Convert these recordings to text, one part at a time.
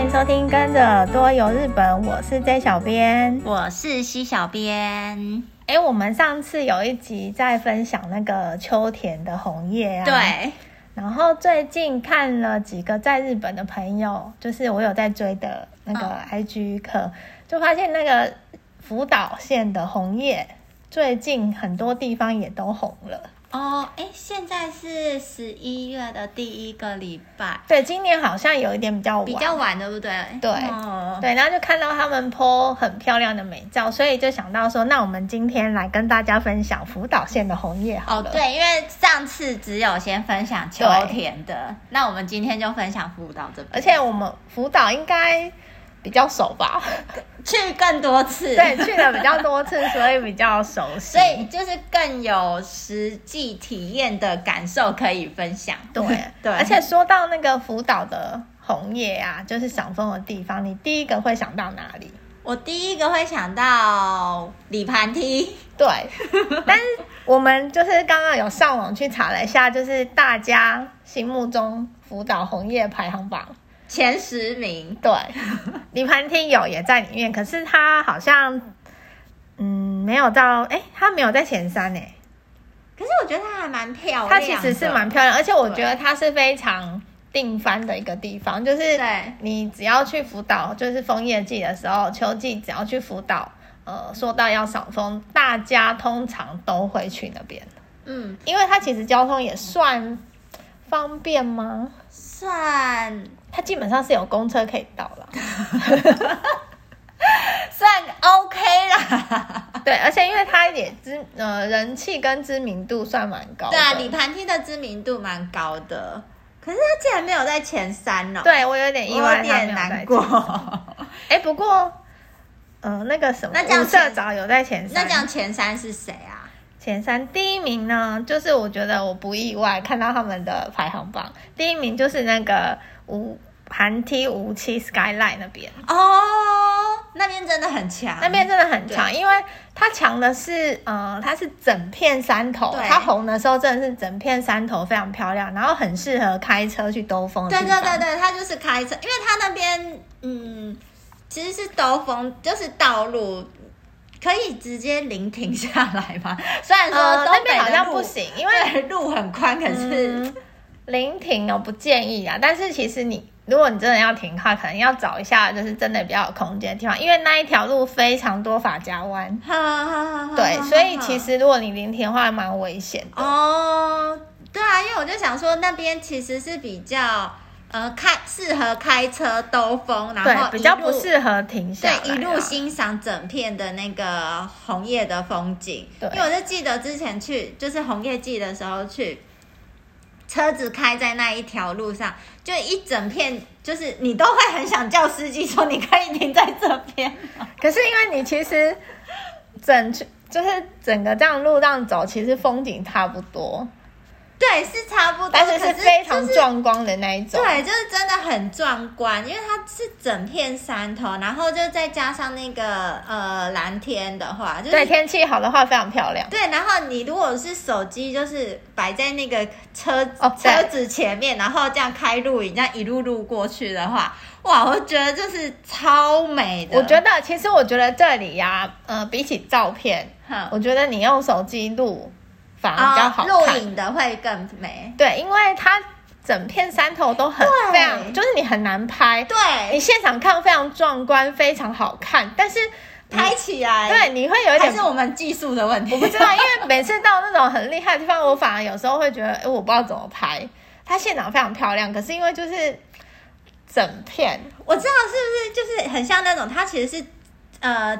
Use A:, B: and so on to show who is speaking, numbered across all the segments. A: 迎收听《跟着多游日本》，我是 J 小编。
B: 我是西小编，
A: 哎、我们上次有一集在分享那个秋田的红叶啊，。
B: 对，
A: 然后最近看了几个在日本的朋友，就是我有在追的那个
B: 嗯
A: IG 课，就发现那个福岛县的红叶，最近很多地方也都红了。
B: 哦，哎，现在是十一月的第一个礼拜，
A: 对，今年好像有一点比较晚，
B: 比较晚，对不对？
A: 对
B: 哦、
A: 对，然后就看到他们 po 很漂亮的美照，所以就想到说，那我们今天来跟大家分享福岛县的红叶好
B: 哦，
A: 了。，
B: 对，因为上次只有先分享秋田的，那我们今天就分享福岛这边，
A: 而且我们福岛应该比较熟吧？
B: 去更多次，
A: 呃对，，去了比较多次，所以比较熟悉。
B: 所以就是更有实际体验的感受可以分享。
A: 对
B: 对，
A: 而且说到那个福岛的红叶啊，就是赏枫的地方，你第一个会想到哪里？
B: 我第一个会想到李盘梯，
A: 对， 但是我们就是刚刚有上网去查了一下，就是大家心目中福岛红叶排行榜。
B: 前十名，
A: 对，李盘厅有也在里面，可是他好像，嗯，没有到，哎、他没有在前三呢、
B: 可是我觉得它还蛮漂亮的，
A: 它其实是蛮漂亮，而且我觉得它是非常定番的一个地方，就是
B: 对
A: 你只要去福岛，就是枫叶季的时候，秋季只要去福岛，呃，说到要赏枫，大家通常都会去那边，
B: 嗯，
A: 因为它其实交通也算方便吗？
B: 算
A: 它基本上是有公车可以到了。
B: 算 OK 啦。
A: 对，而且因为他也知呃人气跟知名度算蛮高的，
B: 对啊，李盘梯的知名度蛮高的，可是他竟然没有在前三哦，，
A: 对我有点意
B: 我
A: 外，
B: 有点 难。过。
A: 哎，不过呃那个什么，
B: 那这样
A: 五色
B: 前
A: 藻有在前
B: 那
A: 三，
B: 这样前三是谁啊？
A: 前三第一名呢，就是我觉得我不意外看到他们的排行榜，第一名就是那个五寒梯五七 Skyline 那
B: 啊
A: 边，
B: 哦，那边真的很强，
A: 那边真的很强，因为它强的是，呃，它是整片山头，
B: 对
A: 它红的时候真的是整片山头非常漂亮，然后很适合开车去兜风的
B: 对
A: 地方。
B: 对对对，他就是开车，因为他那边嗯，其实是兜风，就是道路。可以直接临停下来吗？ 虽然说、
A: 呃，那边好像不，行，因为
B: 对路很宽，可是、
A: 嗯，临停哦不建议啊。但是其实你如果你真的要停的话，可能要找一下就是真的比较有空间的地方，因为那一条路非常多法夹弯，
B: 哈哈哈！
A: 对，
B: 哦哈
A: 所以其
B: 哈
A: 实如果你临停的话，蛮危险的。
B: 哦，对啊，因为我就想说那边其实是比较呃开适合开车兜风，然后
A: 对，比较
B: 一路
A: 不适合停下来啊、
B: 对一路欣赏整片的那个红叶的风景。
A: 对
B: 因为我就记得之前去就是红叶季的时候去。车子开在那一条路上，就一整片，就是你都会很想叫司机说，你可以停在这边吗。
A: 可是因为你其实整去就是整个这样路上走，其实风景差不多，
B: 对，是差不多，
A: 但是
B: 哦可
A: 是
B: 是
A: 非
B: 就
A: 常
B: 是
A: 壮观的那一种。
B: 对，就是真的很壮观，因为它是整片山头，然后就再加上那个呃蓝天的话，就是
A: 对，天气好的话非常漂亮。
B: 对然后你如果是手机，就是摆在那个车、
A: 哦对
B: 车子前面，然后这样开录影，这样一路路过去的话，哇，我觉得就是超美的。
A: 我觉得其实我觉得这里呀、呃，比起照片，呃
B: 哼
A: 我觉得你用手机录反而
B: 啊，
A: 比较好
B: 录
A: 看。
B: 影的会更美。
A: 对，因为它整片山头都很
B: 对
A: 非常，就是你很难拍。你
B: 对，
A: 现场看非常壮观，非常好看，但是
B: 拍起来，，
A: 对你会有一
B: 还
A: 点
B: 是我们技术的问题。
A: 我不知道，因为每次到那种很厉害的地方，我反而有时候会觉得，哎、我不知道怎么拍。它现场非常漂亮，可是因为就是整片，
B: 我知道是不是就是很像那种，它其实是呃，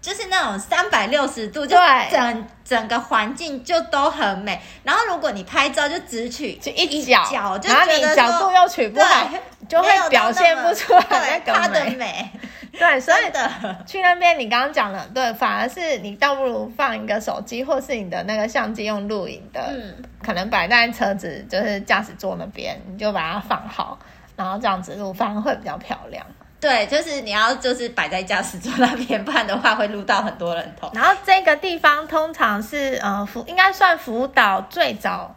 B: 就是那种三百六十度，就
A: 对
B: 整整个环境就都很美。然后如果你拍照就只取
A: 就一角，
B: 角就
A: 然后
B: 觉
A: 你
B: 得
A: 角度
B: 说
A: 又取不好，
B: 对
A: 就
B: 没有到
A: 会表现
B: 那么
A: 不出来
B: 对
A: 那
B: 它
A: 个
B: 的
A: 美。
B: 美，
A: 对，所以
B: 真的。
A: 去那边你刚刚讲了，对，反而是你倒不如放一个手机，或是你的那个相机用录影的，
B: 嗯
A: 可能摆在车子就是驾驶座那边，你就把它放好，然后这样子录，反而会比较漂亮。
B: 对，就是你要就是摆在驾驶座那边，不然的话会录到很多人 头。
A: 然后这个地方通常是呃福，应该算福岛最早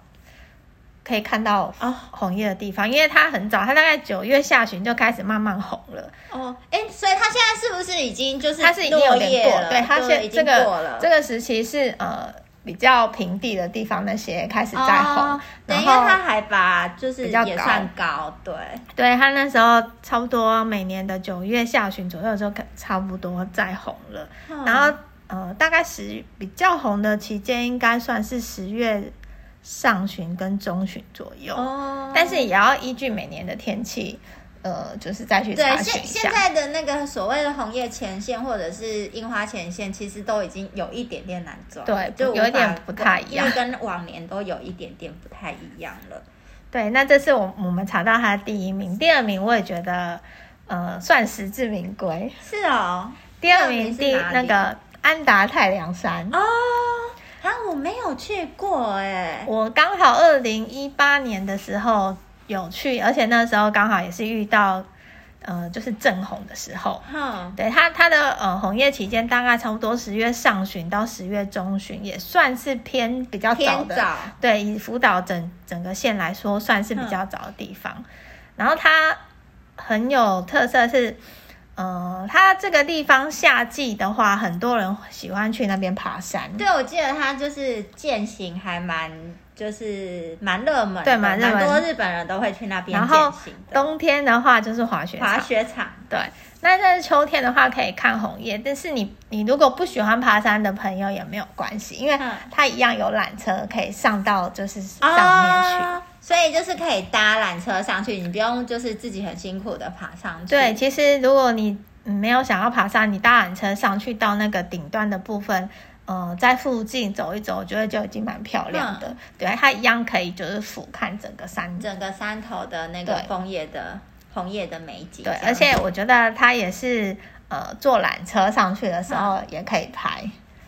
A: 可以看到
B: 哦
A: 红叶的地方，因为它很早，它大概九月下旬就开始慢慢红了。
B: 哦，哎、所以它现在是不是已经就是
A: 它是已经有
B: 落
A: 点
B: 叶
A: 过，
B: 了？
A: 对，它
B: 已
A: 现这
B: 经过
A: 个
B: 了。
A: 这个时期是呃比较平地的地方那些开始在红，
B: 哦，对，
A: 然
B: 因为它
A: 后
B: 海拔就是
A: 比较
B: 也
A: 高
B: 算高，对，
A: 对它那时候差不多每年的九月下旬左右就可差不多在红了，
B: 嗯
A: 然后呃大概十比较红的期间应该算是十月上旬跟中旬左右，
B: 哦，
A: 但是也要依据每年的天气，呃就是再去查
B: 对
A: 询
B: 现
A: 一
B: 现
A: 下。
B: 在的那个所谓的红叶前线或者是樱花前线，其实都已经有一点点难抓，
A: 对有
B: 就
A: 一
B: 无法
A: 点不太一样
B: 因为跟往年都有一点点不太一样了。
A: 对，那这是我我们查到它的第一名，第二名我也觉得呃算实至名归。
B: 是哦，
A: 第二名
B: 第
A: 第
B: 二名是哪
A: 那
B: 里
A: 个安达太良山，
B: 哦，啊，我没有去过哎、
A: 我刚好二零一八年的时候有去，而且那时候刚好也是遇到呃就是正红的时候。
B: 哼，
A: 对它，它的呃红叶期间大概差不多十月上旬到十月中旬，也算是偏比较早
B: 偏
A: 的
B: 早，
A: 对，以福岛整整个县来说，算是比
B: 嗯
A: 较早的地方。然后它很有特色是，呃，它这个地方夏季的话，很多人喜欢去那边爬山。
B: 对，我记得它就是践行还蛮，就是蛮热门的，
A: 对蛮热门
B: 多日本人都会去那边
A: 然
B: 践
A: 后
B: 行的。
A: 冬天的话就是滑雪
B: 滑
A: 场。
B: 雪场，
A: 对，那但是秋天的话可以看红叶，但是你你如果不喜欢爬山的朋友也没有关系，因为
B: 嗯
A: 它一样有缆车可以上到就是上面去。
B: 哦，所以就是可以搭缆车上去，你不用就是自己很辛苦的爬上去。
A: 对，，其实如果你嗯没有想要爬山，你搭缆车上去到那个顶端的部分，呃，在附近走一走，我觉得就已经蛮漂亮的。对，它一样可以就是俯瞰整个山。
B: 嗯整个山头的那个
A: 对
B: 枫叶的红叶的美景这
A: 对
B: 样。，
A: 而且我觉得它也是呃坐缆车上去的时候
B: 嗯
A: 也可以拍。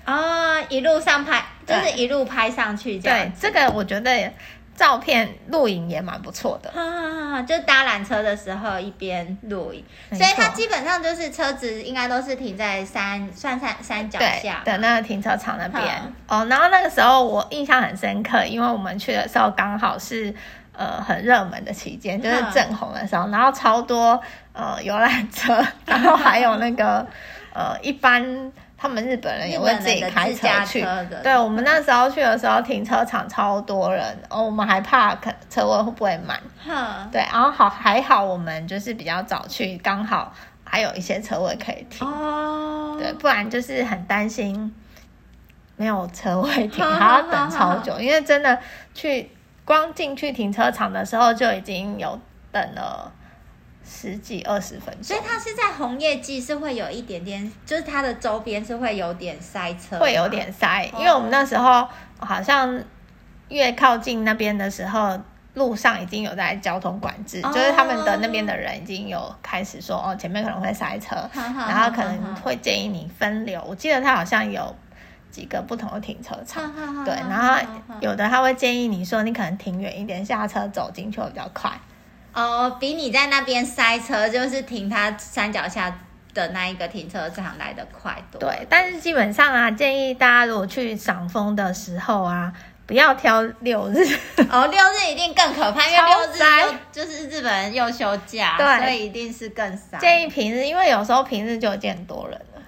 B: 哦，一路上拍，就
A: 对
B: 是一路拍上去这样
A: 对，
B: 子。
A: 这个我觉得照片录影也蛮不错的。
B: 啊，就搭缆车的时候一边露营，
A: 没
B: 所
A: 错
B: 以它基本上就是车子应该都是停在山，算山山脚
A: 对
B: 下。
A: 的那个停车场那边
B: 嗯
A: 哦，然后那个时候我印象很深刻，因为我们去的时候刚好是呃很热门的期间，就是
B: 嗯
A: 正红的时候，然后超多呃游览车， 然后还有那个呃一般他们日本人也
B: 日
A: 会
B: 本
A: 自己
B: 人的
A: 开
B: 自驾
A: 去
B: 车的，
A: 对我们那时候去的时候停车场超多人，哦我们还怕可车位会不会满，
B: 哼，
A: 对，然后好还好我们就是比较早去，刚好还有一些车位可以停。
B: 哦，
A: 对，不然就是很担心没有车位停，还要等超久。因为真的去光进去停车场的时候就已经有等了十几二十分
B: 所
A: 钟
B: 以，它是在红叶季是会有一点点，就是它的周边是会有点塞车，
A: 会有。点塞。
B: 哦
A: 因为我们那时候好像越靠近那边的时候。路上已经有在交通管制，
B: 哦
A: 就是他们的那边的人已经有开始说，哦，前面可能会塞 车，然
B: 然
A: 后可能会建议你分流。我记得他好像有几个不同的停车场，对，然后有的他会建议你说，你可能停远一点，下车走进去会比较快。
B: 哦，比你在那边塞车，就是停它山脚下的那一个停车场来的快多。
A: 对，但是基本上啊，建议大家如果去赏枫的时候啊，不要挑六日，
B: 哦，六日一定更可怕，因为
A: 超
B: 六日
A: 塞
B: 又就是日本人又休假，
A: 对
B: 所以一定是更塞。
A: 建议平日，因为有时候平日就已经很多人了，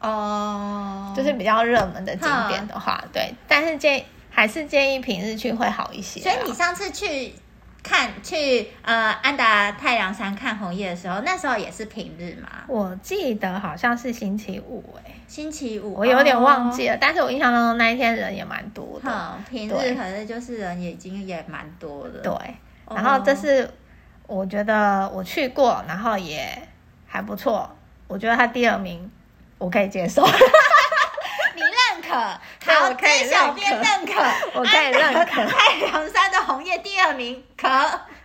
B: 哦，
A: 就是比较热门的景点的话，对，但是建议还是建议平日去会好一些
B: 所
A: 啦。
B: 以你上次去看去呃安达太阳山看红叶的时候，那时候也是平日嘛，
A: 我记得好像是星期五、哎，
B: 星期五，
A: 我有点忘
B: 哦。
A: 记了，但是我印象当中那一天人也蛮多的。
B: 哼，平日
A: 对
B: 可是就是人也已经也蛮多的。
A: 对，
B: 哦
A: 然后这是我觉得我去过，然后也还不错，我觉得他第二名我可以接受，
B: 你认可，
A: 对
B: 好，
A: 我可以
B: 这小编
A: 认
B: 认可，
A: 我可以认可
B: 安达 太阳山的红叶第二名，可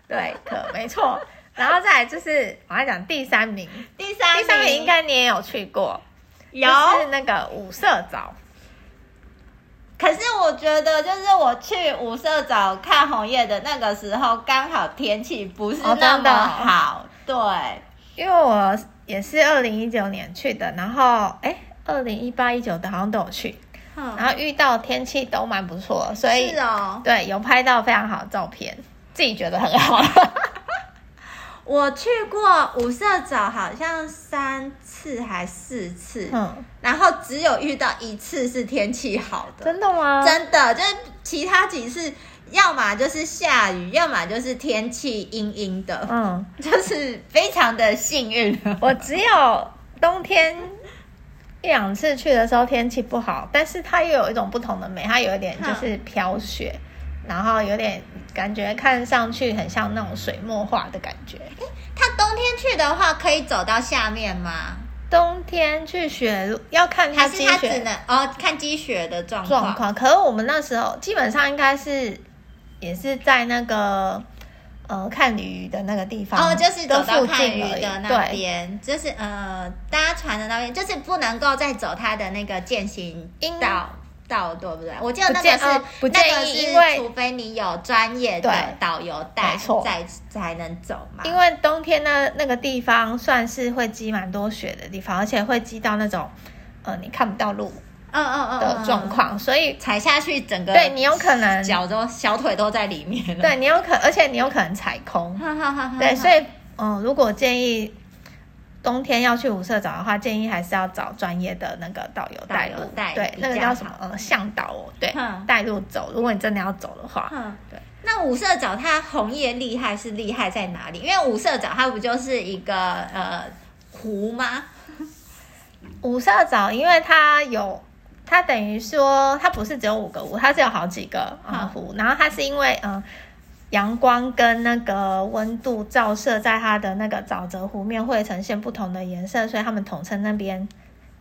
A: 对，可没错。然后再来就是我要讲第三名，
B: 第三
A: 第三名应该你也有去过，
B: 有。
A: 就是那个五色藻，
B: 可是我觉得，就是我去五色沼看红叶的那个时候，刚好天气不是
A: 哦
B: 那
A: 真的
B: 么
A: 哦
B: 好，对。
A: 因为我也是二零一九年去的，然后哎，二零一八一九的好像都有去，
B: 嗯，
A: 然后遇到天气都蛮不错，所以
B: 是哦，
A: 对有拍到非常好的照片，自己觉得很好。
B: 我去过五色沼，好像三次还四次，
A: 嗯，
B: 然后只有遇到一次是天气好的，
A: 真的吗？
B: 真的就是其他几次，要么就是下雨，要么就是天气阴阴的，
A: 嗯，
B: 就是非常的幸 运。
A: 我只有冬天一两次去的时候天气不好，但是它又有一种不同的美，它有一点就是飘雪，然后有点感觉看上去很像那种水墨画的感觉。
B: 它冬天去的话，可以走到下面吗？
A: 冬天去雪路要看它
B: 还是
A: 积
B: 它只
A: 雪
B: 能哦看积雪的状
A: 状
B: 况？
A: 况，可是我们那时候基本上应该是也是在那个呃看鲤鱼的那个地方
B: 哦，就是走
A: 的
B: 到
A: 附
B: 看
A: 近
B: 鱼
A: 而已
B: 的那
A: 对，
B: 边，就是呃搭船的那边，就是不能够再走它的那个践行
A: 因
B: 道。道对不哦对？我记得那
A: 不建
B: 个是、
A: 呃不
B: 那个
A: 建议因
B: 是，
A: 为
B: 除非你有专业的
A: 对
B: 导游带
A: 没，错
B: 再才能走嘛。
A: 因为冬天呢，那个地方算是会积蛮多雪的地方，而且会积到那种呃你看不到路
B: 嗯嗯嗯
A: 的状，况，所以
B: 嗯踩下去整个
A: 对你有可能
B: 脚都小腿都在里面了。，
A: 对你有可，而且你有可能踩空，
B: 哈哈哈哈。
A: 对，所
B: 以
A: 以嗯、呃如果建议。冬天要去五色沼的话，建议还是要找专业的那个导游带
B: 导
A: 路
B: 游，带
A: 对，
B: 比
A: 那个
B: 较
A: 叫什么？呃，向导哦，对
B: 嗯，
A: 带路走。如果你真的要走的话，
B: 嗯，
A: 对。
B: 那五色藻它红叶厉害是厉害在哪里？因为五色藻它不就是一个呃湖吗？
A: 五色沼，因为它有，它等于说它不是只有五个湖，它是有好几个
B: 好
A: 嗯湖，然后它是因为嗯。呃阳光跟那个温度照射在它的那个沼泽湖面，会呈现不同的颜色，所以他们统称那边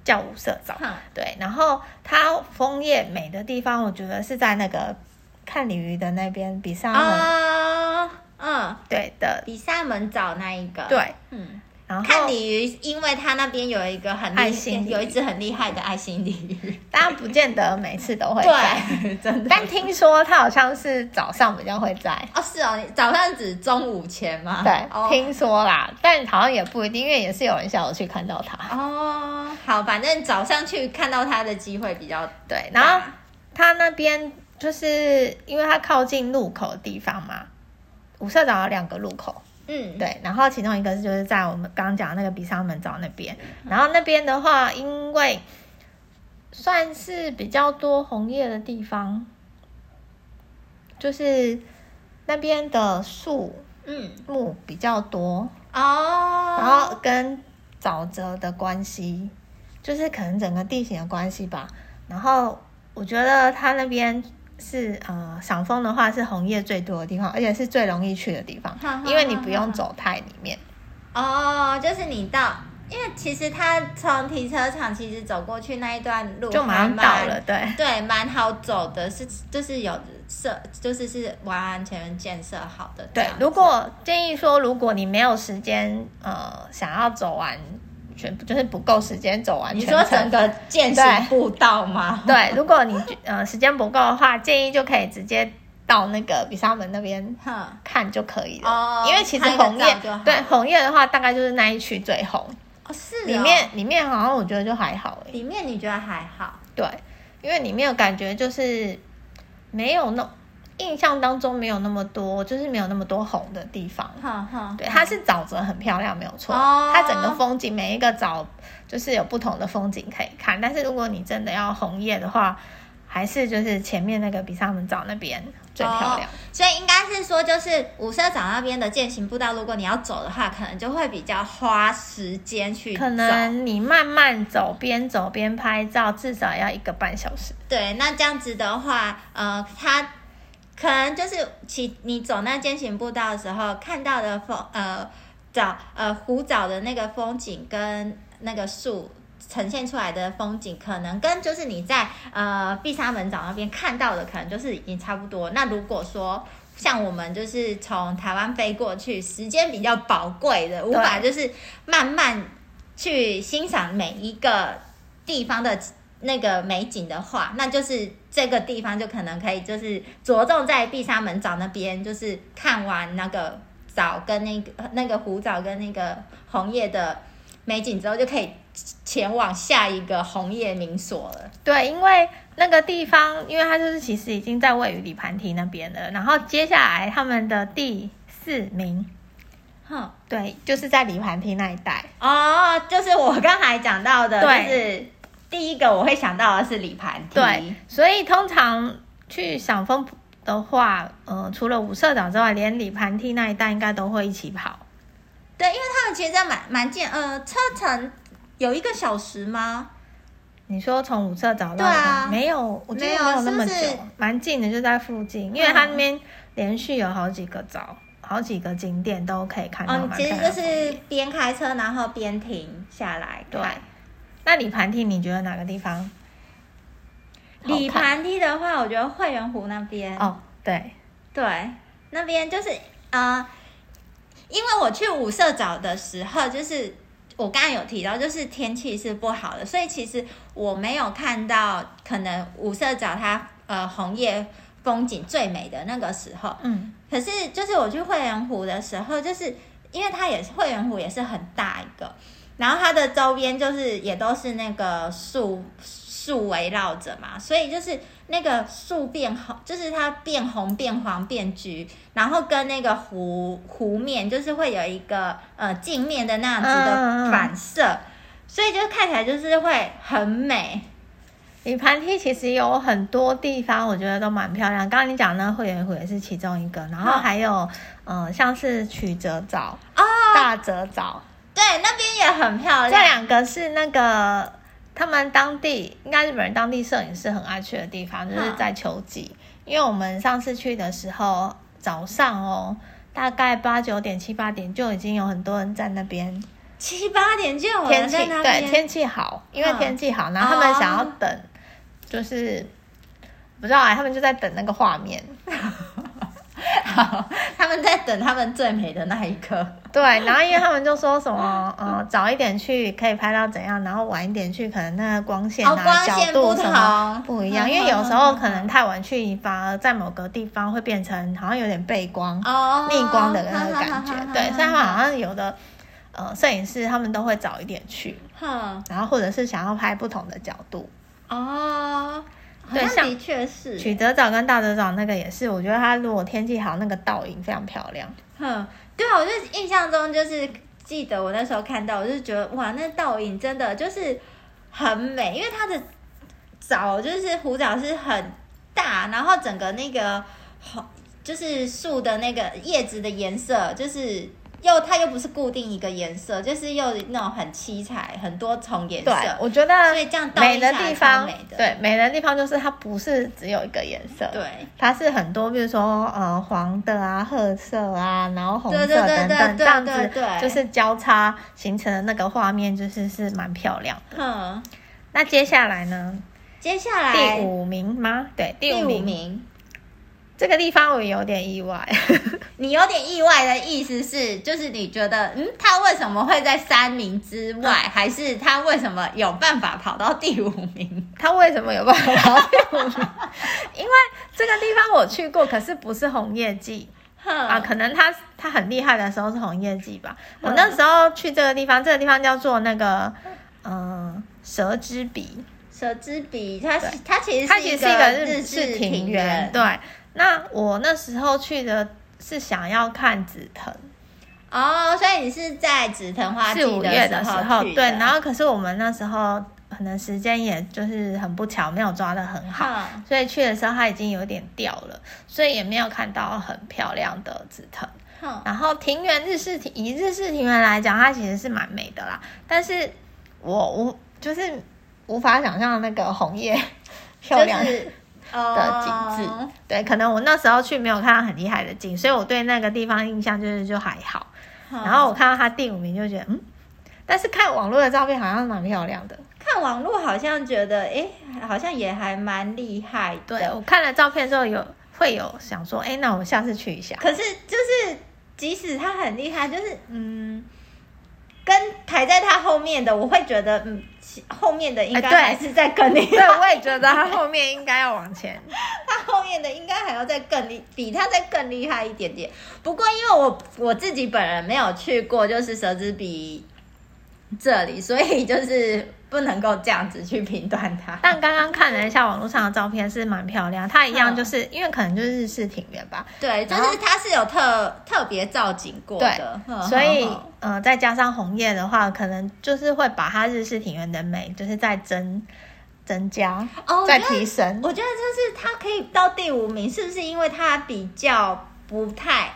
A: 叫五色沼。
B: 哈，
A: 对，然后它枫叶美的地方，我觉得是在那个看鲤鱼的那边，比萨门、
B: 啊，嗯，
A: 对的，
B: 比萨门藻那一个，，
A: 对。
B: 嗯，
A: 然
B: 看
A: 后
B: 鲤鱼，因为它那边有一个很厉
A: 爱心鲤鱼
B: 有一只很厉害的爱心鲤鱼，
A: 大家不见得每次都会在，
B: 对，真的。
A: 但听说它好像是早上比较会在。
B: 哦，是哦，你早上指中午前吗？
A: 对，
B: 哦、
A: 听说啦，但好像也不一定，因为也是有人下午去看到它。
B: 哦，好，反正早上去看到它的机会比较大。
A: 对，然后它那边就是因为它靠近路口的地方嘛，五社岛有两个路口，
B: 嗯，
A: 对，然后其中一个是就是在我们刚刚讲的那个比萨门沼那边，然后那边的话，因为算是比较多红叶的地方，就是那边的树
B: 嗯，
A: 木比较多，
B: 哦，，
A: 然后跟沼泽的关系，就是可能整个地形的关系吧。然后我觉得它那边是呃赏枫的话是红叶最多的地方，而且是最容易去的地方因为你不用走太里面。
B: 哦，就是你到，因为其实他从停车场其实走过去那一段路
A: 就马上
B: 还
A: 到
B: 蛮
A: 了对
B: 对，蛮好走的，是就是有设，就是是完全建设好的这
A: 对
B: 样，子。
A: 如果建议说，如果你没有时间，呃，想要走完全，就是不够时间走完
B: 你
A: 全
B: 说
A: 程，
B: 整个践行
A: 对
B: 步道吗？
A: 对，如果你呃时间不够的话，建议就可以直接到那个比萨门那边
B: 哼，
A: 看就可以了。
B: 哦
A: 因为其实
B: 拍个
A: 红叶
B: 照就好
A: 对红叶的话，大概就是那一区最红，
B: 哦嗯是哦
A: 里面里面好像我觉得就还好诶、
B: 里面你觉得还好？
A: 对，因为里面有感觉就是没有那印象当中没有那么多，就是没有那么多红的地方。
B: 哼哼，
A: 对，它是沼泽很漂亮，没有错。
B: 嗯哦
A: 它整个风景每一个沼就是有不同的风景可以看，但是如果你真的要红叶的话，还是就是前面那个比萨门沼那边最漂亮。
B: 哦所以应该是说，就是五色沼那边的践行步道，如果你要走的话，可能就会比较花时间去走。
A: 可能你慢慢走，边走边拍照，至少要一个半小时。
B: 对，那这样子的话，呃，它可能就是其你走那践行步道的时候看到的风，呃，沼呃湖沼的那个风景跟那个树呈现出来的风景，可能跟就是你在呃碧沙门沼那边看到的，可能就是已经差不多。那如果说像我们就是从台湾飞过去，时间比较宝贵的，无法就是慢慢去欣赏每一个地方的那个美景的话，那就是这个地方就可能可以就是着重在碧沙门沼那边，就是看完那个藻跟那个那个湖藻跟那个红叶的美景之后，就可以前往下一个红叶名所了。
A: 对，因为那个地方，因为它就是其实已经在位于里盘提那边了，然后接下来他们的第四名，
B: 哼，
A: 对，就是在里盘提那一带。
B: 哦，就是我刚才讲到的，
A: 对
B: 就是第一个我会想到的是李盘梯。
A: 对，，所以通常去赏枫的话，呃，除了五社岛之外，连里盘梯那一带应该都会一起跑。
B: 对，因为他们其实这样蛮蛮近，呃，车程有一个小时吗？
A: 你说从五社岛到
B: 对啊
A: 哪没有，我觉
B: 没
A: 得
B: 有
A: 没有那么久，
B: 是不是
A: 蛮近的，就在附近，因为
B: 嗯
A: 它那边连续有好几个岛，好几个景点都可以看到
B: 嗯，
A: 蛮
B: 其
A: 漂亮
B: 实就
A: 的。
B: 是边开车然后边停下来
A: 对
B: 看。
A: 那里盘梯，你觉得哪个地方好看？
B: 李盘梯的话，我觉得惠仁湖那边，
A: 哦，对，
B: 对，那边就是呃，因为我去五社找的时候，就是我刚刚有提到，就是天气是不好的，所以其实我没有看到可能五社找它呃红叶风景最美的那个时候。
A: 嗯，
B: 可是就是我去惠仁湖的时候，就是因为它也是惠仁湖也是很大一个，然后它的周边就是也都是那个树树围绕着嘛，所以就是那个树变红，就是它变红变黄变橘，然后跟那个湖湖面就是会有一个呃镜面的那样子
A: 嗯嗯
B: 的
A: 嗯
B: 反射，所以就看起来就是会很美。
A: 里盘梯其实有很多地方，我觉得都蛮漂亮。刚刚你讲的那会员湖也是其中一个，然后还有，嗯、像是曲折沼、
B: 哦
A: 大折沼，
B: 对，那边也很漂
A: 这
B: 亮。
A: 两个是那个他们当地，应该日本人当地摄影师很爱去的地方，就是
B: 嗯
A: 在秋季。因为我们上次去的时候，早上哦，大概八九点、七八点就已经有很多人在那边。
B: 七八点就有
A: 天
B: 人
A: 气
B: 呃在那
A: 对
B: 边，
A: 天气好，因为
B: 嗯
A: 天气好，然后他们想要
B: 哦
A: 等，就是不知道哎、他们就在等那个画 面。
B: 好， 他们在等他们最美的那一刻。
A: 对，然后因为他们就说什么，呃，早一点去可以拍到怎样，然后晚一点去可能那个光线啊、
B: 哦光线
A: 角度
B: 不
A: 什么
B: 同
A: 不一样，
B: 嗯
A: 因为有
B: 嗯
A: 时候
B: 嗯
A: 可能太晚去，反而在某个地方会变成好像有点背光、
B: 哦
A: 逆光的那个感觉。对，所以他们好
B: 好，
A: 像有的呃摄影师他们都会早一点去，
B: 哼，
A: 然后或者是想要拍不同的角度。
B: 哦，好
A: 对
B: 像
A: 像
B: 的确是，
A: 曲折沼跟大折沼那个也是，我觉得它如果天气好，那个倒影非常漂亮。
B: 哼，对啊，我就印象中就是记得我那时候看到，我就觉得哇，那倒影真的就是很美，因为它的藻就是湖藻是很大，然后整个那个红就是树的那个叶子的颜色就是。又它又不是固定一个颜色，就是又那种很七彩、很多重颜
A: 对
B: 色。，
A: 我觉得
B: 所以这样倒
A: 美
B: 映下
A: 的
B: 来
A: 地
B: 超
A: 方
B: 美，的
A: 对美的地方就是它不是只有一个颜色，，
B: 对，
A: 它是很多，比如说呃黄的啊、褐色啊，然后红色
B: 对对对
A: 等等，
B: 对对
A: 这样
B: 对
A: 子
B: 对
A: 就是交叉形成的那个画面，就是是蛮漂亮的。
B: 哼，
A: 那接下来呢？
B: 接下来
A: 第五名吗？对，第
B: 第
A: 五
B: 五
A: 名。
B: 名，
A: 这个地方我有点意外，
B: 你有点意外的意思是，就是你觉得，嗯，他为什么会在三名之外，还是他为什么有办法跑到第五名？
A: 他为什么有办法跑到第五名？因为这个地方我去过，可是不是红叶季
B: 哼，
A: 啊，可能他他很厉害的时候是红叶季吧。
B: 嗯
A: 我那时候去这个地方，这个地方叫做那个嗯蛇之鼻，
B: 蛇之笔，它是
A: 对
B: 它其实
A: 它
B: 是
A: 其
B: 一
A: 实是一个
B: 日
A: 日
B: 式
A: 式
B: 庭
A: 庭园。
B: 园，
A: 对，那我那时候去的是想要看紫藤，
B: 哦，所以你是在紫藤花季
A: 四五月的
B: 时
A: 时
B: 候
A: 候，
B: 去
A: 对，然后可是我们那时候可能时间也就是很不巧，没有抓的很好。
B: 哼，
A: 所以去的时候它已经有点掉了，所以也没有看到很漂亮的紫藤。
B: 哼，
A: 然后庭园日式庭以日式庭园来讲，它其实是蛮美的啦，但是我无就是无法想象那个红叶 漂亮的
B: 就是
A: 景致。
B: 哦
A: 对，可能我那时候去没有看到很厉害的景，所以我对那个地方印象就是就还好。
B: 哼
A: 然后我看到它第五名就觉得嗯，但是看网络的照片好像蛮漂亮的。
B: 看网络好像觉得，哎、好像也还蛮厉害的。
A: 对我看了照片之后有会有想说，哎，那我下次去一下。
B: 可是就是即使他很厉害，就是嗯，跟排在他后面的，我会觉得嗯，其后面的应该
A: 哎对
B: 还是在更 厉
A: 对
B: 害，，
A: 我也觉得他后面应该要往前。
B: 他后面的应该还要再更厉，比他再更厉害一点点。不过因为我我自己本人没有去过，就是蛇之比这里，所以就是不能够这样子去评断它。
A: 但刚刚看了一下网络上的照片，是蛮漂亮。它一样就是、因为可能就是日式庭院吧，
B: 对，就
A: 然后
B: 是它是有特特别造景过
A: 对
B: 的，嗯
A: 所以
B: 嗯嗯
A: 呃，再加上红叶的话，可能就是会把它日式庭院的美，就是再增增加，
B: 哦，我
A: 再
B: 觉得
A: 提升。
B: 我觉得就是它可以到第五名，是不是因为它比较不太，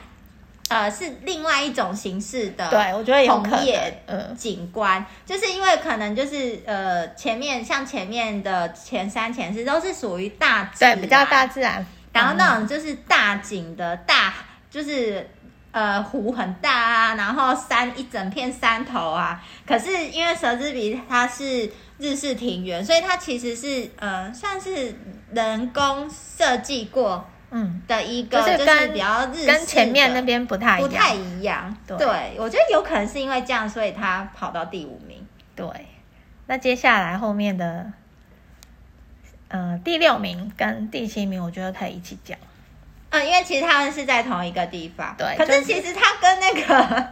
B: 呃，是另外一种形式的
A: 对，我觉得有可
B: 红
A: 能
B: 叶，
A: 嗯，
B: 景观，就是因为可能就是呃前面像前面的前三前四都是属于大自
A: 对，
B: 然
A: 比较大，自然。
B: 然后那种就是大景的大就是。呃，湖很大啊，然后山一整片山头啊。可是因为蛇之鼻它是日式庭园，所以它其实是呃算是人工设计过
A: 嗯，
B: 的一个，
A: 就是
B: 就
A: 跟
B: 比较日式
A: 跟前面
B: 的
A: 那边不太一
B: 不
A: 样，
B: 太一样。
A: 对
B: 我觉得有可能是因为这样，所以他跑到第五名。
A: 对。那接下来后面的，呃，第六名跟第七名，我觉得可以一起讲。
B: 嗯，因为其实他们是在同一个地方，
A: 对
B: 可
A: 就是
B: 其实他跟那个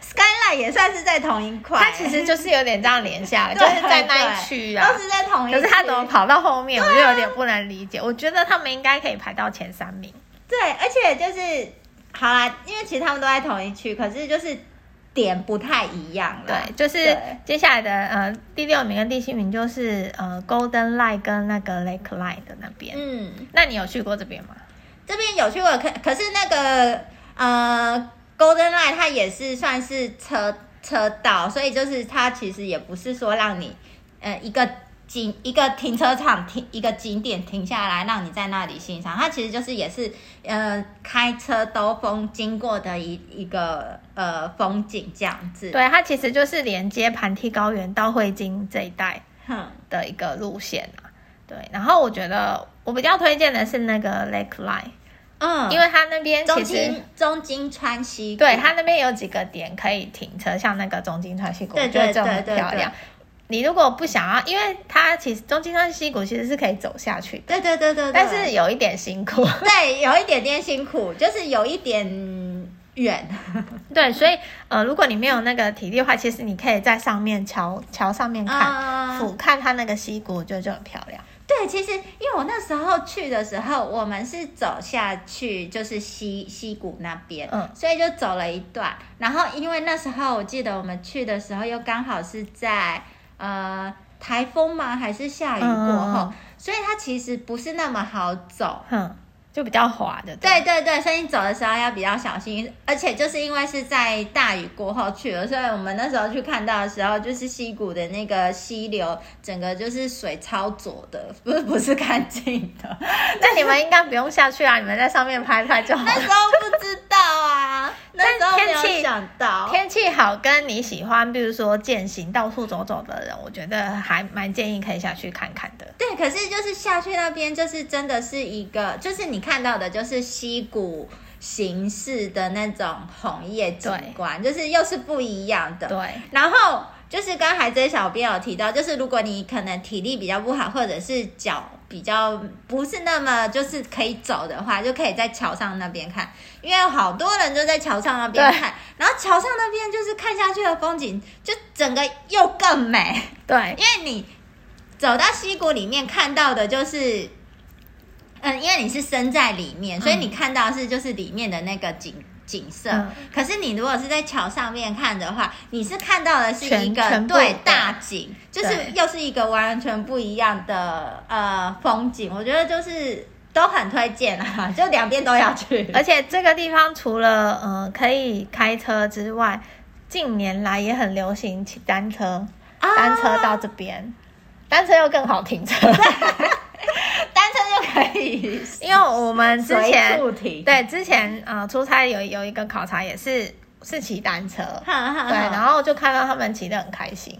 B: Skyline 也算是在同一块、
A: 它其实就是有点这样连下来，
B: 对
A: 就是在那一区啊
B: 都。是在同一区。
A: 可是他怎么跑到后面，我就有点不能理解。我觉得他们应该可以排到前三名。
B: 对，而且就是好啦，因为其实他们都在同一区，可是就是点不太一样啦。
A: 对，就是
B: 对
A: 接下来的呃第六名跟第七名就是呃 Golden Line 跟那个 Lake Line 的那边。
B: 嗯，
A: 那你有去过这边吗？
B: 这边有去过，可可是那个呃 Golden Line 它也是算是车车道，所以就是它其实也不是说让你呃一个景一个停车场停一个景点停下来，让你在那里欣赏。它其实就是也是呃开车兜风经过的一一个呃风景这样子。，
A: 对，它其实就是连接盘梯高原到汇金这一带
B: 哼，
A: 的一个路线啊。对，然后我觉得我比较推荐的是那个 Lake Line，、
B: 嗯，
A: 因为它那边
B: 中
A: 其实
B: 金中金川西谷，
A: 对，它那边有几个点可以停车，像那个中金川溪谷，
B: 对
A: 我觉得
B: 对
A: 这种
B: 对
A: 很
B: 对
A: 漂
B: 对
A: 亮。你如果不想要，因为它其实中金川溪谷其实是可以走下去，
B: 对对对对对，
A: 但是有一点辛苦。
B: 对有一点点辛苦，就是有一点远。
A: 对，所以呃，如果你没有那个体力的话，其实你可以在上面桥桥上面看，
B: 啊，
A: 俯瞰它那个溪谷，我觉得就很漂亮。
B: 对，其实因为我那时候去的时候，我们是走下去，就是溪溪谷那边，
A: 嗯
B: 所以就走了一段。然后因为那时候我记得我们去的时候，又刚好是在呃台风吗？还是下雨过后，
A: 嗯嗯嗯
B: 所以它其实不是那么好走。
A: 哼，就比较滑的。
B: 对对对，所以你走的时候要比较小心，而且就是因为是在大雨过后去了，所以我们那时候去看到的时候，就是溪谷的那个溪流，整个就是水超浊的， 不是不是干净的。
A: 那你们应该不用下去啊，你 们在上面拍拍就好
B: 那
A: 了。
B: 时候不知道啊，那时候没有想 到。
A: 天气好，跟你喜欢，比如说践行到处走走的人，我觉得还蛮建议可以下去看看的。
B: 对，可是就是下去那边，就是真的是一个，就是你看到的，就是溪谷形式的那种红叶景
A: 对
B: 观，就是又是不一样的。
A: 对，
B: 然后就是刚才这小编有提到，就是如果你可能体力比较不好，或者是脚比较不是那么就是可以走的话，就可以在桥上那边看，因为好多人就在桥上那边
A: 对
B: 看，然后桥上那边就是看下去的风景，就整个又更美，
A: 对，
B: 因为你走到溪谷里面看到的就是。嗯，因为你是身在里面，所以
A: 嗯
B: 你看到的是就是里面的那个景景色。
A: 嗯
B: 可是你如果是在桥上面看的话，你是看到的是一
A: 全
B: 个
A: 全部
B: 对
A: 的
B: 大景，就是
A: 对
B: 又是一个完全不一样的呃风景。我觉得就是都很推荐啊， 就两边都要去。
A: 而且这个地方除了呃可以开车之外，近年来也很流行骑单车，
B: 啊
A: 单车到这边，单车又更好停车，
B: 单车就可以
A: 因为我们之
B: 随
A: 前
B: 处停。
A: 对之前呃出差有有一个考察也是是骑单车，
B: 哈，啊哈哈
A: 对，然后就看到他们骑得很开心。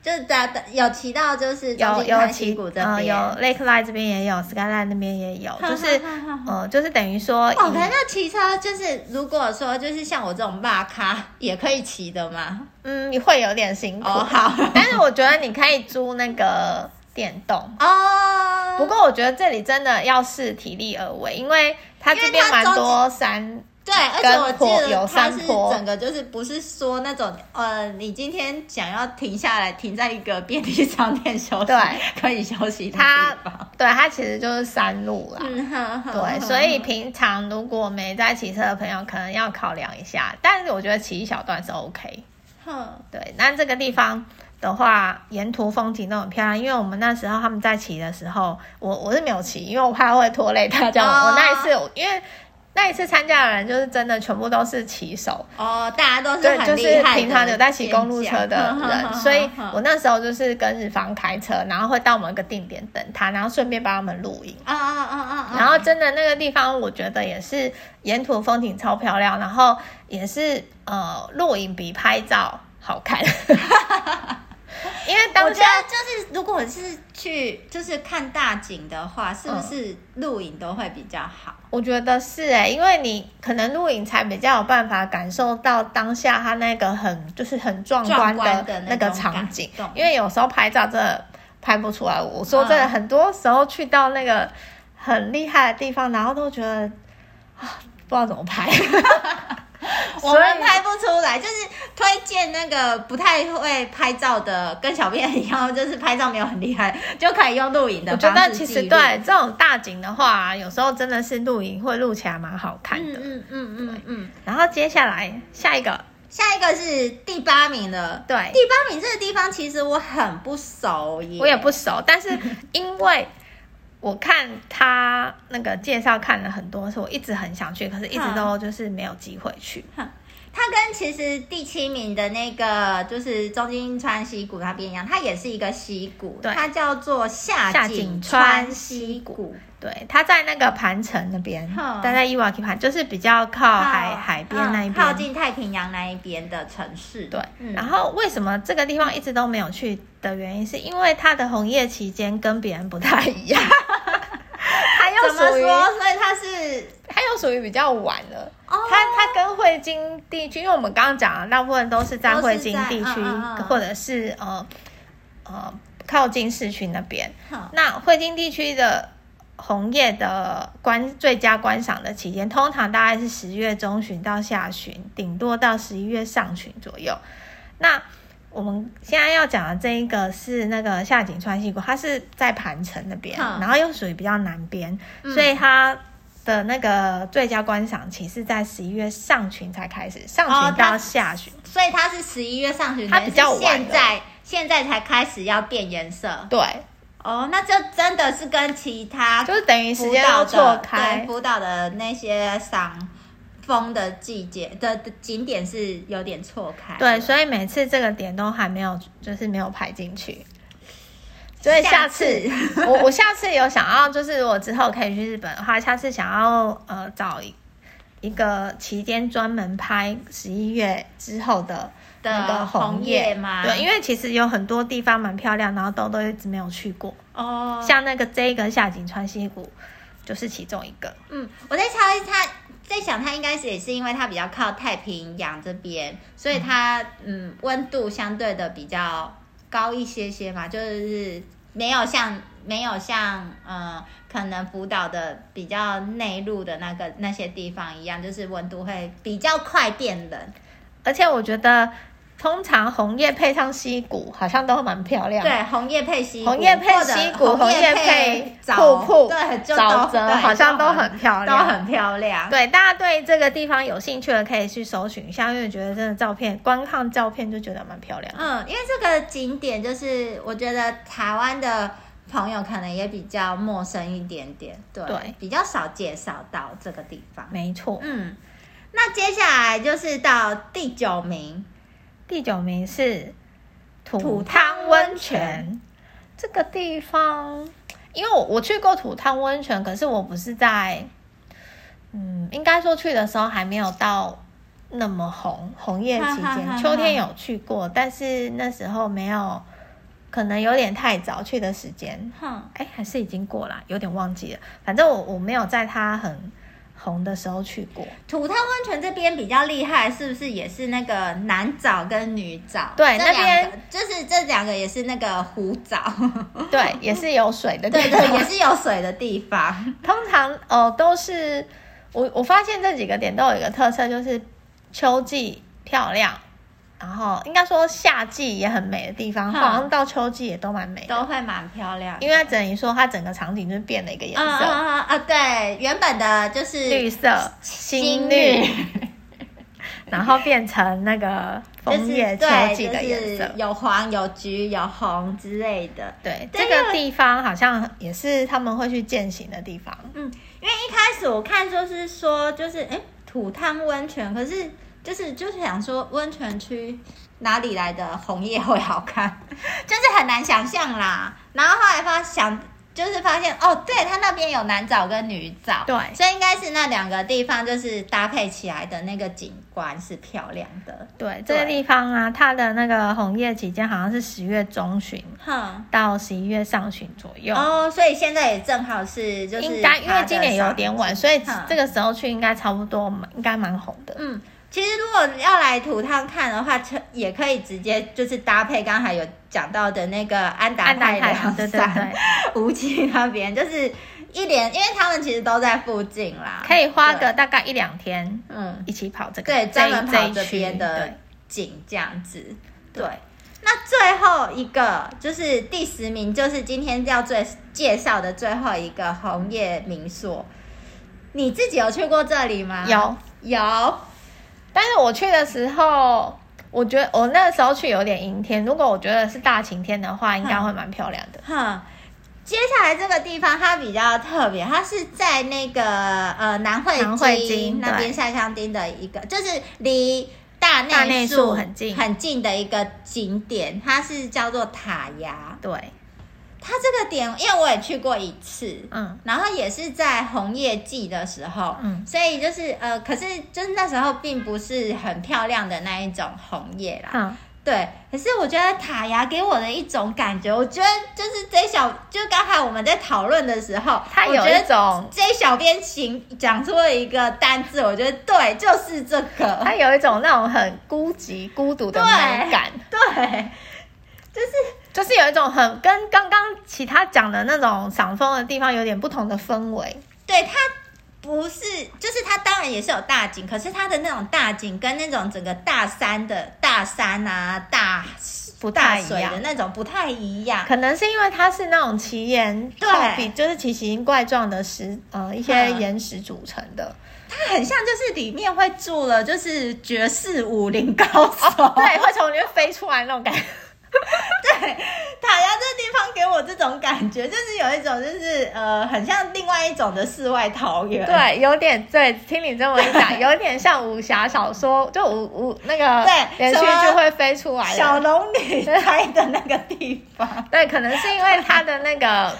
B: 就是的的有骑到就是
A: 有
B: 中间看
A: 有
B: 溪
A: 骑
B: 谷这
A: 呃
B: 边，
A: 有 Lake Line 这边也有，Skyline 那边也有，
B: 哈
A: 就是
B: 哈哈哈
A: 呃就是等于说
B: 哦，
A: 以
B: 可是那骑车就是，如果说就是像我这种骂咖也可以骑的吗？
A: 嗯你会有点辛苦，
B: 哦，好，
A: 但是我觉得你可以租那个电动。
B: 哦，
A: 不过我觉得这里真的要视体力而为，因为它
B: 因为
A: 这边
B: 它
A: 蛮
B: 中
A: 多山
B: 对，而且我记
A: 有
B: 得它
A: 山
B: 是
A: 坡
B: 整个就是不是说那种呃，你今天想要停下来，停在一个便利商店休息，
A: 对，
B: 可以休息的
A: 它
B: 地方。
A: 对它其实就是山路啦。
B: 嗯，呵呵
A: 对，
B: 呵
A: 所以平常如果没在骑车的朋友，可能要考量一下。但是我觉得骑一小段是 OK。
B: 哼
A: 对，那这个地方的话，沿途风景都很漂亮。因为我们那时候他们在骑的时候，我我是没有骑，因为我怕会拖累大家。
B: 哦
A: 我那一次，我因为那一次参加的人就是真的全部都是骑手，
B: 哦，大家都是
A: 对，
B: 很
A: 就是
B: 厉害的
A: 平常有在骑公路车的
B: 演讲
A: 人，所以我那时候就是跟日方开车，然后会到某一个定点等他，然后顺便帮他们录影。
B: 啊啊啊啊！
A: 然后真的那个地方，我觉得也是沿途风景超漂亮，然后也是呃，录影比拍照好 看。 因为
B: 我
A: 当
B: 觉
A: 下
B: 得就是，如果是去就是看大景的话，是不是录影都会比较好？
A: 我觉得是哎、因为你可能录影才比较有办法感受到当下它那个很就是很壮观
B: 壮观的
A: 那
B: 那
A: 个
B: 种
A: 场
B: 感
A: 景
B: 动，
A: 因为有时候拍照真的拍不出来。我说真的，
B: 嗯
A: 很多时候去到那个很厉害的地方，然后都觉得啊不知道怎么拍，
B: 我
A: 所以
B: 们拍不出来，就是推荐那个不太会拍照的，跟小编一样，就是拍照没有很厉害，就可以用录影
A: 我
B: 的
A: 觉
B: 方
A: 得
B: 式
A: 其
B: 记
A: 实
B: 录
A: 对这种大景的话、有时候真的是录影会录起来蛮好看
B: 嗯
A: 的。
B: 嗯嗯嗯嗯。
A: 然后接下来下一个，
B: 下一个是第八名了，
A: 对
B: 第八名这个地方其实我很不熟耶，
A: 我也不熟，但是因为我看他那个介绍看了很多次，我一直很想去，可是一
B: 嗯
A: 直都就是没有机会去。
B: 它跟其实第七名的那个就是中金川溪谷那边一样，它也是一个溪谷，
A: 对
B: 它叫做
A: 下
B: 下
A: 井
B: 井
A: 川
B: 川溪谷。
A: 对，他在那个盘城那边，
B: 哼
A: 他在伊瓦基盘，就是比较靠海、
B: 嗯靠
A: 海边那一
B: 嗯靠
A: 边。
B: 近太平洋那一边的城市。
A: 对，
B: 嗯
A: 然后为什么这个地方一直都没有去的原因，是因为它的红叶期间跟别人不太一 样，它又
B: 怎么
A: 属于
B: 说？所以它是
A: 它又属于比较晚了。
B: 哦，
A: 它它跟汇金地区，因为我们刚刚讲的大部分都是在
B: 都是
A: 汇金地
B: 在
A: 区，
B: 嗯嗯嗯
A: 或者是呃呃靠近市区那边。
B: 好
A: 那汇金地区的红叶的观最佳观赏的期间，通常大概是十月中旬到下旬，顶多到十一月上旬左右。那我们现在要讲的这一个是那个下井川溪谷，它是在盘城那边，
B: 嗯
A: 然后又属于比较南边，
B: 嗯
A: 所以它的那个最佳观赏期是在十一月上旬才开始，上
B: 哦
A: 旬到
B: 它
A: 下旬。
B: 所以它是十一月上旬，
A: 它比较
B: 等于是
A: 晚
B: 现在现在才开始要变颜色。
A: 对，
B: 哦，那这真的是跟其他
A: 就是等于时
B: 辅
A: 间
B: 导
A: 都错
B: 的
A: 开
B: 对，辅导的那些赏枫的季节的的景点是有点错开。
A: 对，所以每次这个点都还没有，就是没有排进去。所以下次
B: 下
A: 我我下次有想要，就是我之后可以去日本的话，下次想要呃找一一个期间专门拍十一月之后的
B: 的
A: 那个
B: 红
A: 叶
B: 叶吗
A: 对，因为其实有很多地方蛮漂亮，然后都都一直没有去过，
B: 哦，
A: 像那个这个下井川溪谷就是其中一个。
B: 嗯，我在猜他在想，它应该是也是因为它比较靠太平洋这边，所以它嗯温度相对的比较高一些些嘛，就是没有像没有像呃可能福岛的比较内陆的那个那些地方一样，就是温度会比较快变冷。
A: 而且我觉得，通常红叶配上溪谷，好像都蛮漂亮的。
B: 对，红叶配溪谷，
A: 红叶配
B: 或者
A: 溪谷，红
B: 红
A: 叶配
B: 配
A: 瀑布，
B: 对，就
A: 沼
B: 都
A: 泽，
B: 对
A: 好像都很漂
B: 都
A: 亮，
B: 很漂亮。
A: 对，大家对这个地方有兴趣的可以去搜寻一下，因为我觉得真的照片，光看照片就觉得蛮漂亮的。
B: 嗯，因为这个景点就是我觉得台湾的朋友可能也比较陌生一点点，对，
A: 对
B: 比较少介绍到这个地方。
A: 没错，
B: 嗯，那接下来就是到第九名，
A: 第九名是土
B: 土
A: 汤温
B: 汤
A: 泉
B: 温泉，
A: 这个地方，因为我我去过土汤温泉，可是我不是在，嗯，应该说去的时候还没有到那么红红叶期间，秋天有去过，但是那时候没有，可能有点太早去的时间，
B: 哼，
A: 哎，还是已经过了，有点忘记了，反正我我没有在它很红的时候去过。
B: 土汤温泉这边比较厉害，是不是也是那个男澡跟女澡？
A: 对
B: 这
A: 那
B: 两
A: 边
B: 个就是这两个也是那个湖澡，
A: 对，也是有水的地
B: 对
A: 方，
B: 对，也是有水的地方。
A: 通常哦、呃、都是我我发现这几个点都有一个特色，就是秋季漂亮，然后应该说夏季也很美的地方，
B: 嗯
A: 好像到秋季也都蛮美
B: 都
A: 的。
B: 会蛮漂亮。
A: 因为它等于说它整个场景就变了一个颜
B: 嗯嗯
A: 色，
B: 嗯啊，对，原本的就是
A: 绿色、新绿， 然后变成那个枫叶秋季的颜
B: 就是
A: 色
B: 对就。是有黄、有橘、有红之类的。
A: 对，这
B: 对因为
A: 个地方好像也是他们会去践行的地方。
B: 嗯，因为一开始我看就是说，就是哎、诶土汤温泉，可是就是就是想说温泉区哪里来的红叶会好看， 就是很难想象啦。然后后来发想。就是发现哦，对，它那边有男澡跟女澡，
A: 对
B: 所以应该是那两个地方就是搭配起来的那个景观是漂亮的，
A: 对，这个地方啊，它的那个红叶期间好像是十月中旬
B: 哼，
A: 到十一月上旬左右。
B: 哦，所以现在也正好是就是
A: 应该因
B: 爬
A: 为
B: 得
A: 今年有
B: 上
A: 点
B: 去
A: 晚，所以
B: 嗯
A: 这个时候去应该差不多，应该蛮红的。
B: 嗯，其实如果要来土汤看的话，车也可以直接就是搭配刚才有讲到的那个安达
A: 安达
B: 泰
A: 太
B: 凉
A: 阳，对对
B: 山、
A: 对，
B: 无锡那边，就是一连，因为他们其实都在附近啦，
A: 可以花
B: 对
A: 个大概一两天
B: 嗯
A: 一起跑这个，
B: 对，专门跑
A: 一
B: 这
A: 区
B: 边的
A: 对
B: 景这样子，
A: 对
B: 对。那最后一个就是第十名，就是今天要最介绍的最后一个红叶民宿。你自己有去过这里吗？
A: 有。
B: 有，
A: 但是我去的时候，我觉得我那时候去有点阴天，如果我觉得是大晴天的话，应
B: 嗯
A: 该会蛮漂亮的。
B: 哼，接下来这个地方它比较特别，它是在那个呃南汇
A: 南汇
B: 金
A: 金
B: 那边
A: 对
B: 下乡町的一个，就是离大
A: 大
B: 内
A: 内
B: 宿
A: 宿很近
B: 很近的一个景点，它是叫做塔崖。
A: 对，
B: 它这个点，因为我也去过一次。
A: 嗯，
B: 然后也是在红叶季的时候，
A: 嗯
B: 所以就是呃，可是就是那时候并不是很漂亮的那一种红叶啦，
A: 嗯，
B: 对，可是我觉得塔牙给我的一种感觉，我觉得就是这小，就刚才我们在讨论的时候，
A: 它
B: 我觉
A: 有
B: 得
A: 一种，
B: 这小编行讲出了一个单字，我觉得对，就是这个，
A: 它有一种那种很孤寂、孤独的
B: 对
A: 美感，
B: 对，
A: 就是有一种很跟刚刚其他讲的那种赏枫的地方有点不同的氛围。
B: 对它不是，就是它当然也是有大景，可是它的那种大景跟那种整个大山的大山啊、大
A: 不
B: 大
A: 太一
B: 水
A: 样
B: 的那种不太一样，
A: 可能是因为它是那种奇岩，
B: 啊对
A: 靠比就是奇形怪状的石，呃，一些
B: 嗯
A: 岩石组成的。
B: 它很像就是里面会住了就是爵士武林高手，
A: 对，会从里面飞出来那种 感觉。
B: 塔牙这地方给我这种感觉，就是有一种就是呃，很像另外一种的世外桃源。
A: 对，有点对，听你这么一讲，有点像武侠小说，就武武那个
B: 对
A: 连
B: 什
A: 续
B: 么
A: 剧会飞出来
B: 小
A: 的。
B: 龙女拍的那个地 方，
A: 对，可能是因为它的那个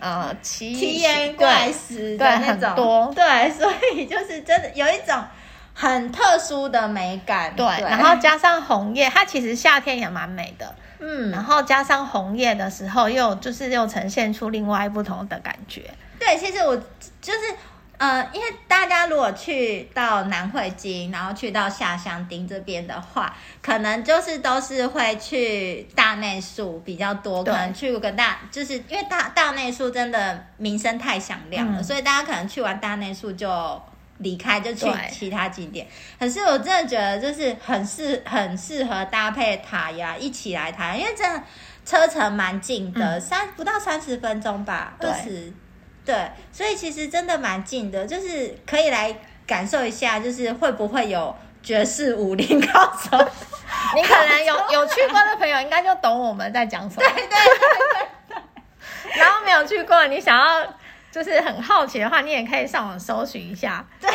A: 呃奇
B: 奇岩怪
A: 对
B: 石的
A: 对
B: 那种，
A: 很多
B: 对，所以就是真的有一种很特殊的美感。
A: 对，然后加上红叶，它其实夏天也蛮美的。然
B: 嗯，
A: 后加上红叶的时候，又就是又呈现出另外不同的感 觉。
B: 对，其实我就是。呃，因为大家如果去到南汇金，然后去到下乡町这边的话，可能就是都是会去大内宿比较多，可
A: 对
B: 能去个大，就是因为大大内宿真的名声太响亮了，
A: 嗯
B: 所以大家可能去完大内宿就离开，就去
A: 对
B: 其他景点。可是我真的觉得就是很适很适合搭配塔呀，一起来塔，因为真的车程蛮近的，
A: 嗯
B: 三、不到三十分钟吧，
A: 对
B: 二十。对，所以其实真的蛮近的，就是可以来感受一下，就是会不会有爵士武林高手？
A: 你可能有有去过的朋友，应该就懂我们在讲什么。对对对。 然后没有去过，你想要就是很好奇的话，你也可以上网搜寻一下
B: 对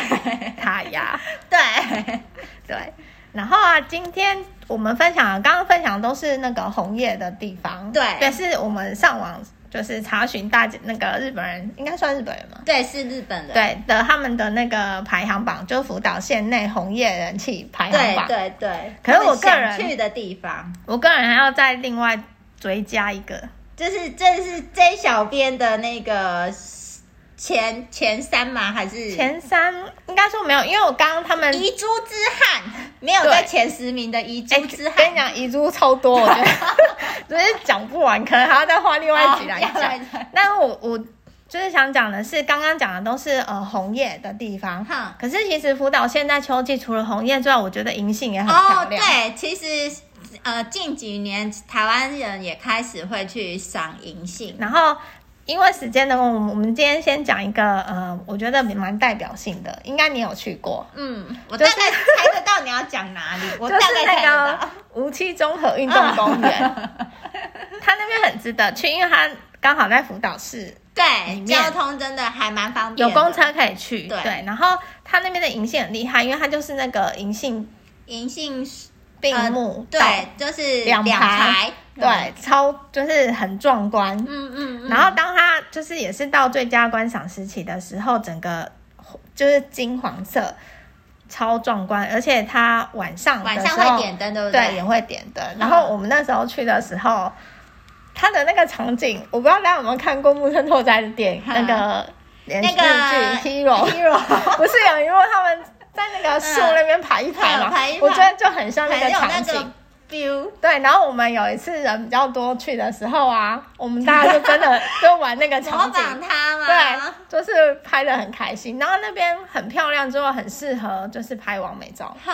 A: 塔牙。
B: 对，
A: 对，然后啊，今天我们分享的刚刚分享的都是那个红叶的地方，
B: 对
A: 但是我们上网就是查询大家那个日本人，应该算日本人吗？
B: 对，是日本人。
A: 对的，他们的那个排行榜，就福岛县内红叶人气排行
B: 对
A: 榜。
B: 对对。
A: 可是
B: 他们
A: 我个人
B: 想去的地方，
A: 我个人还要再另外追加一个，
B: 就是这是 J 小编的那个前前三吗？还是
A: 前三应该说没有，因为我刚刚他们
B: 遗珠之汉？没有
A: 对
B: 在前十名的遗
A: 哎
B: 珠之
A: 跟
B: 汉
A: 你。讲遗珠超多，我 觉得只是讲不完，可能还要再花另外一集来
B: 哦要来
A: 讲。但我我就是想讲的是，刚刚讲的都是呃红叶的地方，
B: 哼
A: 可是其实福岛现在秋季除了红叶之外，我觉得银杏也很漂
B: 哦，
A: 亮。
B: 对，其实呃近几年台湾人也开始会去赏银杏，
A: 然后因为时间的关系，我们我们今天先讲一个呃，我觉得蛮代表性的，应该你有去过，
B: 嗯，我
A: 就
B: 大
A: 是
B: 概猜得到你要讲 哪里，我
A: 就
B: 大
A: 是
B: 概猜得
A: 那
B: 到嗯
A: 个。无期综合运动公 园，它那边很值得去，因为它刚好在福岛市，里
B: 对，
A: 面
B: 交通真的还蛮方便
A: 有
B: 的，
A: 公车可以去。
B: 对
A: 然后它那边的银杏很厉害，因为它就是那个银杏
B: 银杏
A: 并木、
B: 呃对，就是
A: 两排
B: 排，
A: 对，超就是很壮观。
B: 嗯嗯嗯，
A: 然后当它就是也是到最佳观赏时期的时候，整个就是金黄色，超壮观，而且它晚上的
B: 晚
A: 时候
B: 上会点灯，对不
A: 对也会点灯。然后我们那时候去的时候，它的那个场景，我不知道大家有没有看过木村拓哉的电影那
B: 嗯
A: 个连续剧《
B: 那个
A: Hero》
B: Hero
A: 不是有一幕他们在那个树
B: 嗯
A: 那边排一排嘛
B: 嗯排一，排
A: 我觉得就很像那
B: 还
A: 个
B: 有那
A: 场景
B: 个。view，
A: 对，然后我们有一次人比较多去的时候啊，我们大家就真的 就玩那个
B: 模
A: 场景，
B: 仿它
A: 对
B: 吗？，
A: 就是拍的很开心。然后那边很漂亮，之后很适合就是拍完美照。
B: 哼，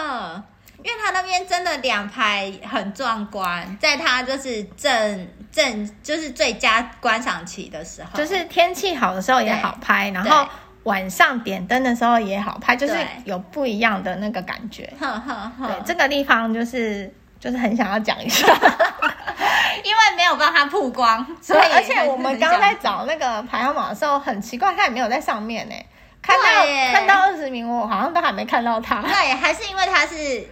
B: 因为它那边真的两排很壮观，在它就是正正就是最佳观赏期的时候，
A: 就是天气好的时候也好拍，然
B: 对
A: 后晚上点灯的时候也好拍，就是
B: 对嗯
A: 有不一样的那个感觉。
B: 哼哼
A: 对，
B: 哼，
A: 这个地方就是就是很想要讲一下，
B: 因为没有帮它曝光， 所
A: 所
B: 以
A: 以 而且我们刚刚在
B: 才
A: 找那个排行榜的时候，很奇怪，它也没有在上面呢、看到
B: 对耶
A: 看到二十名，我好像都还没看到 它。
B: 对，还是因为它是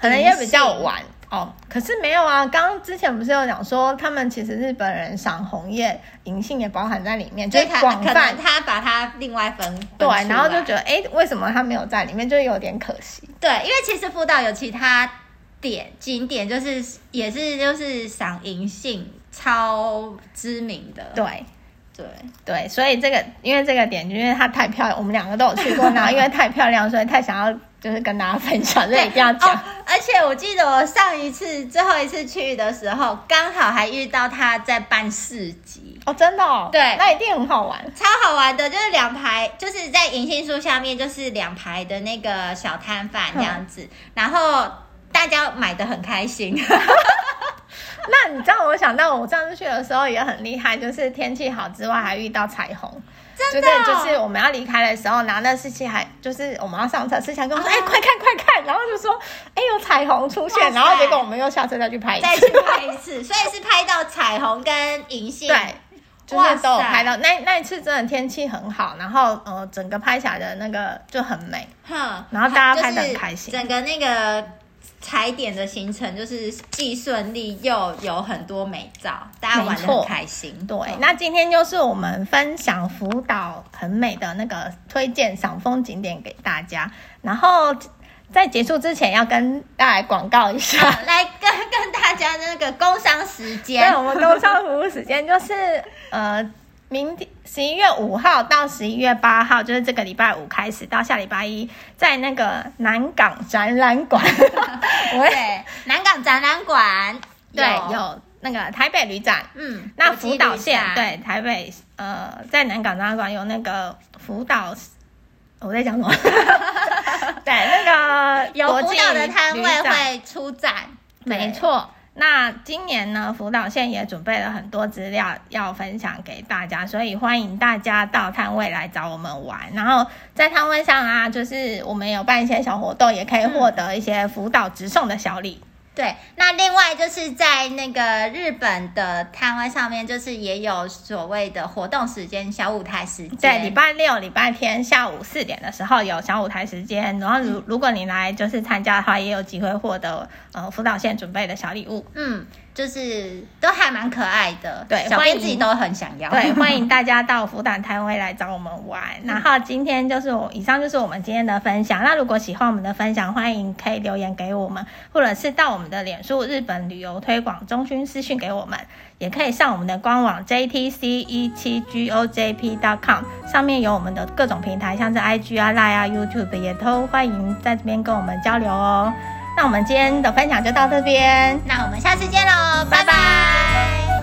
A: 可能也比较晚哦。可是没有啊，刚刚之前不是有讲说，他们其实日本人赏红叶，银杏也包含在里面，就
B: 所以
A: 是
B: 它
A: 广
B: 可
A: 泛
B: 能。它把它另外分分
A: 对，
B: 出
A: 然后就
B: 来
A: 觉得，哎、为什么他没有在里面，就有点可惜。
B: 对，因为其实福岛有其他点景点，就是也是就是赏银杏超知名的，
A: 对
B: 对
A: 对，所以这个因为这个点，因为它太漂亮，我们两个都有去过，然后因为太漂亮，所以太想要就是跟大家分享，所以一定要 讲。
B: 哦。而且我记得我上一次最后一次去的时候，刚好还遇到他在办市集。
A: 哦，真的、哦，
B: 对
A: 那一定很好玩。
B: 超好玩的，就是两排，就是在银杏树下面，就是两排的那个小摊贩这样子，
A: 嗯
B: 然后大家买的很 开心。
A: 那你知道我想到我上次去的时候也很厉害，就是天气好之外还遇到彩虹。真
B: 真的哦
A: 就是我们要离开的时候，拿那四器还就是我们要上车，四器还跟我说：“
B: 哦
A: 哎、快看快看！”然后就说：“哎、有彩虹出
B: 哇
A: 现。”
B: 塞
A: 然后结果我们又下车再去拍一
B: 再
A: 次
B: 去。拍一次，所以是拍到彩虹跟银杏。
A: 对，就
B: 哇
A: 是
B: 塞
A: 都有拍到。那那一次真的天气很好，然后呃，整个拍起来的那个就很美。
B: 哼，
A: 然后大家拍得很开心
B: 就是整个那个踩点的行程就是既顺利又有很多美照，大家玩得
A: 没错
B: 很开心。
A: 对，
B: 嗯
A: 那今天就是我们分享福岛很美的那个推荐赏风景点给大家。然后在结束之前，要跟大家来广告一 下。
B: 来跟跟大家那个工商时间
A: 对，，我们工商服务时间就是呃，明天十一月五号到十一月八号，就是这个礼拜五开始到下礼拜一，在那个南港展览馆，我会
B: 对，南港展览馆，
A: 对，有那个台北旅展。
B: 嗯，
A: 那
B: 我记
A: 福
B: 录
A: 岛
B: 一
A: 县
B: 下，
A: 对台北呃，在南港展览馆有那个福岛，我在讲 什么？对，那个
B: 有
A: 国
B: 福
A: 际
B: 岛的摊
A: 旅
B: 位
A: 展
B: 会出展，
A: 没
B: 对，
A: 错。那今年呢，福岛县也准备了很多资料要分享给大家，所以欢迎大家到摊位来找我们玩。然后在摊位上啊，就是我们有办一些小活动，也可以获得一些福岛直送的小礼。
B: 对，那另外就是在那个日本的摊位上面，就是也有所谓的活动时间、小舞台时间。
A: 对，礼拜六、礼拜天下午四点的时候有小舞台时间，然后
B: 嗯
A: 如如果你来就是参加的话，也有机会获得呃福岛县准备的小礼物。
B: 嗯，就是都还蛮可爱的，
A: 对
B: 小
A: 欢迎
B: 编自己都很想要。
A: 对， 欢迎大家到福岛摊位来找我们玩。然后今天就是我，以上就是我们今天的分享。那如果喜欢我们的分享，欢迎可以留言给我们，或者是到我们的脸书日本旅游推广中心私讯给我们，也可以上我们的官网 JTC 一七 GOJP.com，上面有我们的各种平台，像是 IG 啊、Line 啊、YouTube 也都欢迎在这边跟我们交流哦。那我们今天的分享就到这边，
B: 那我们下次见喽，拜拜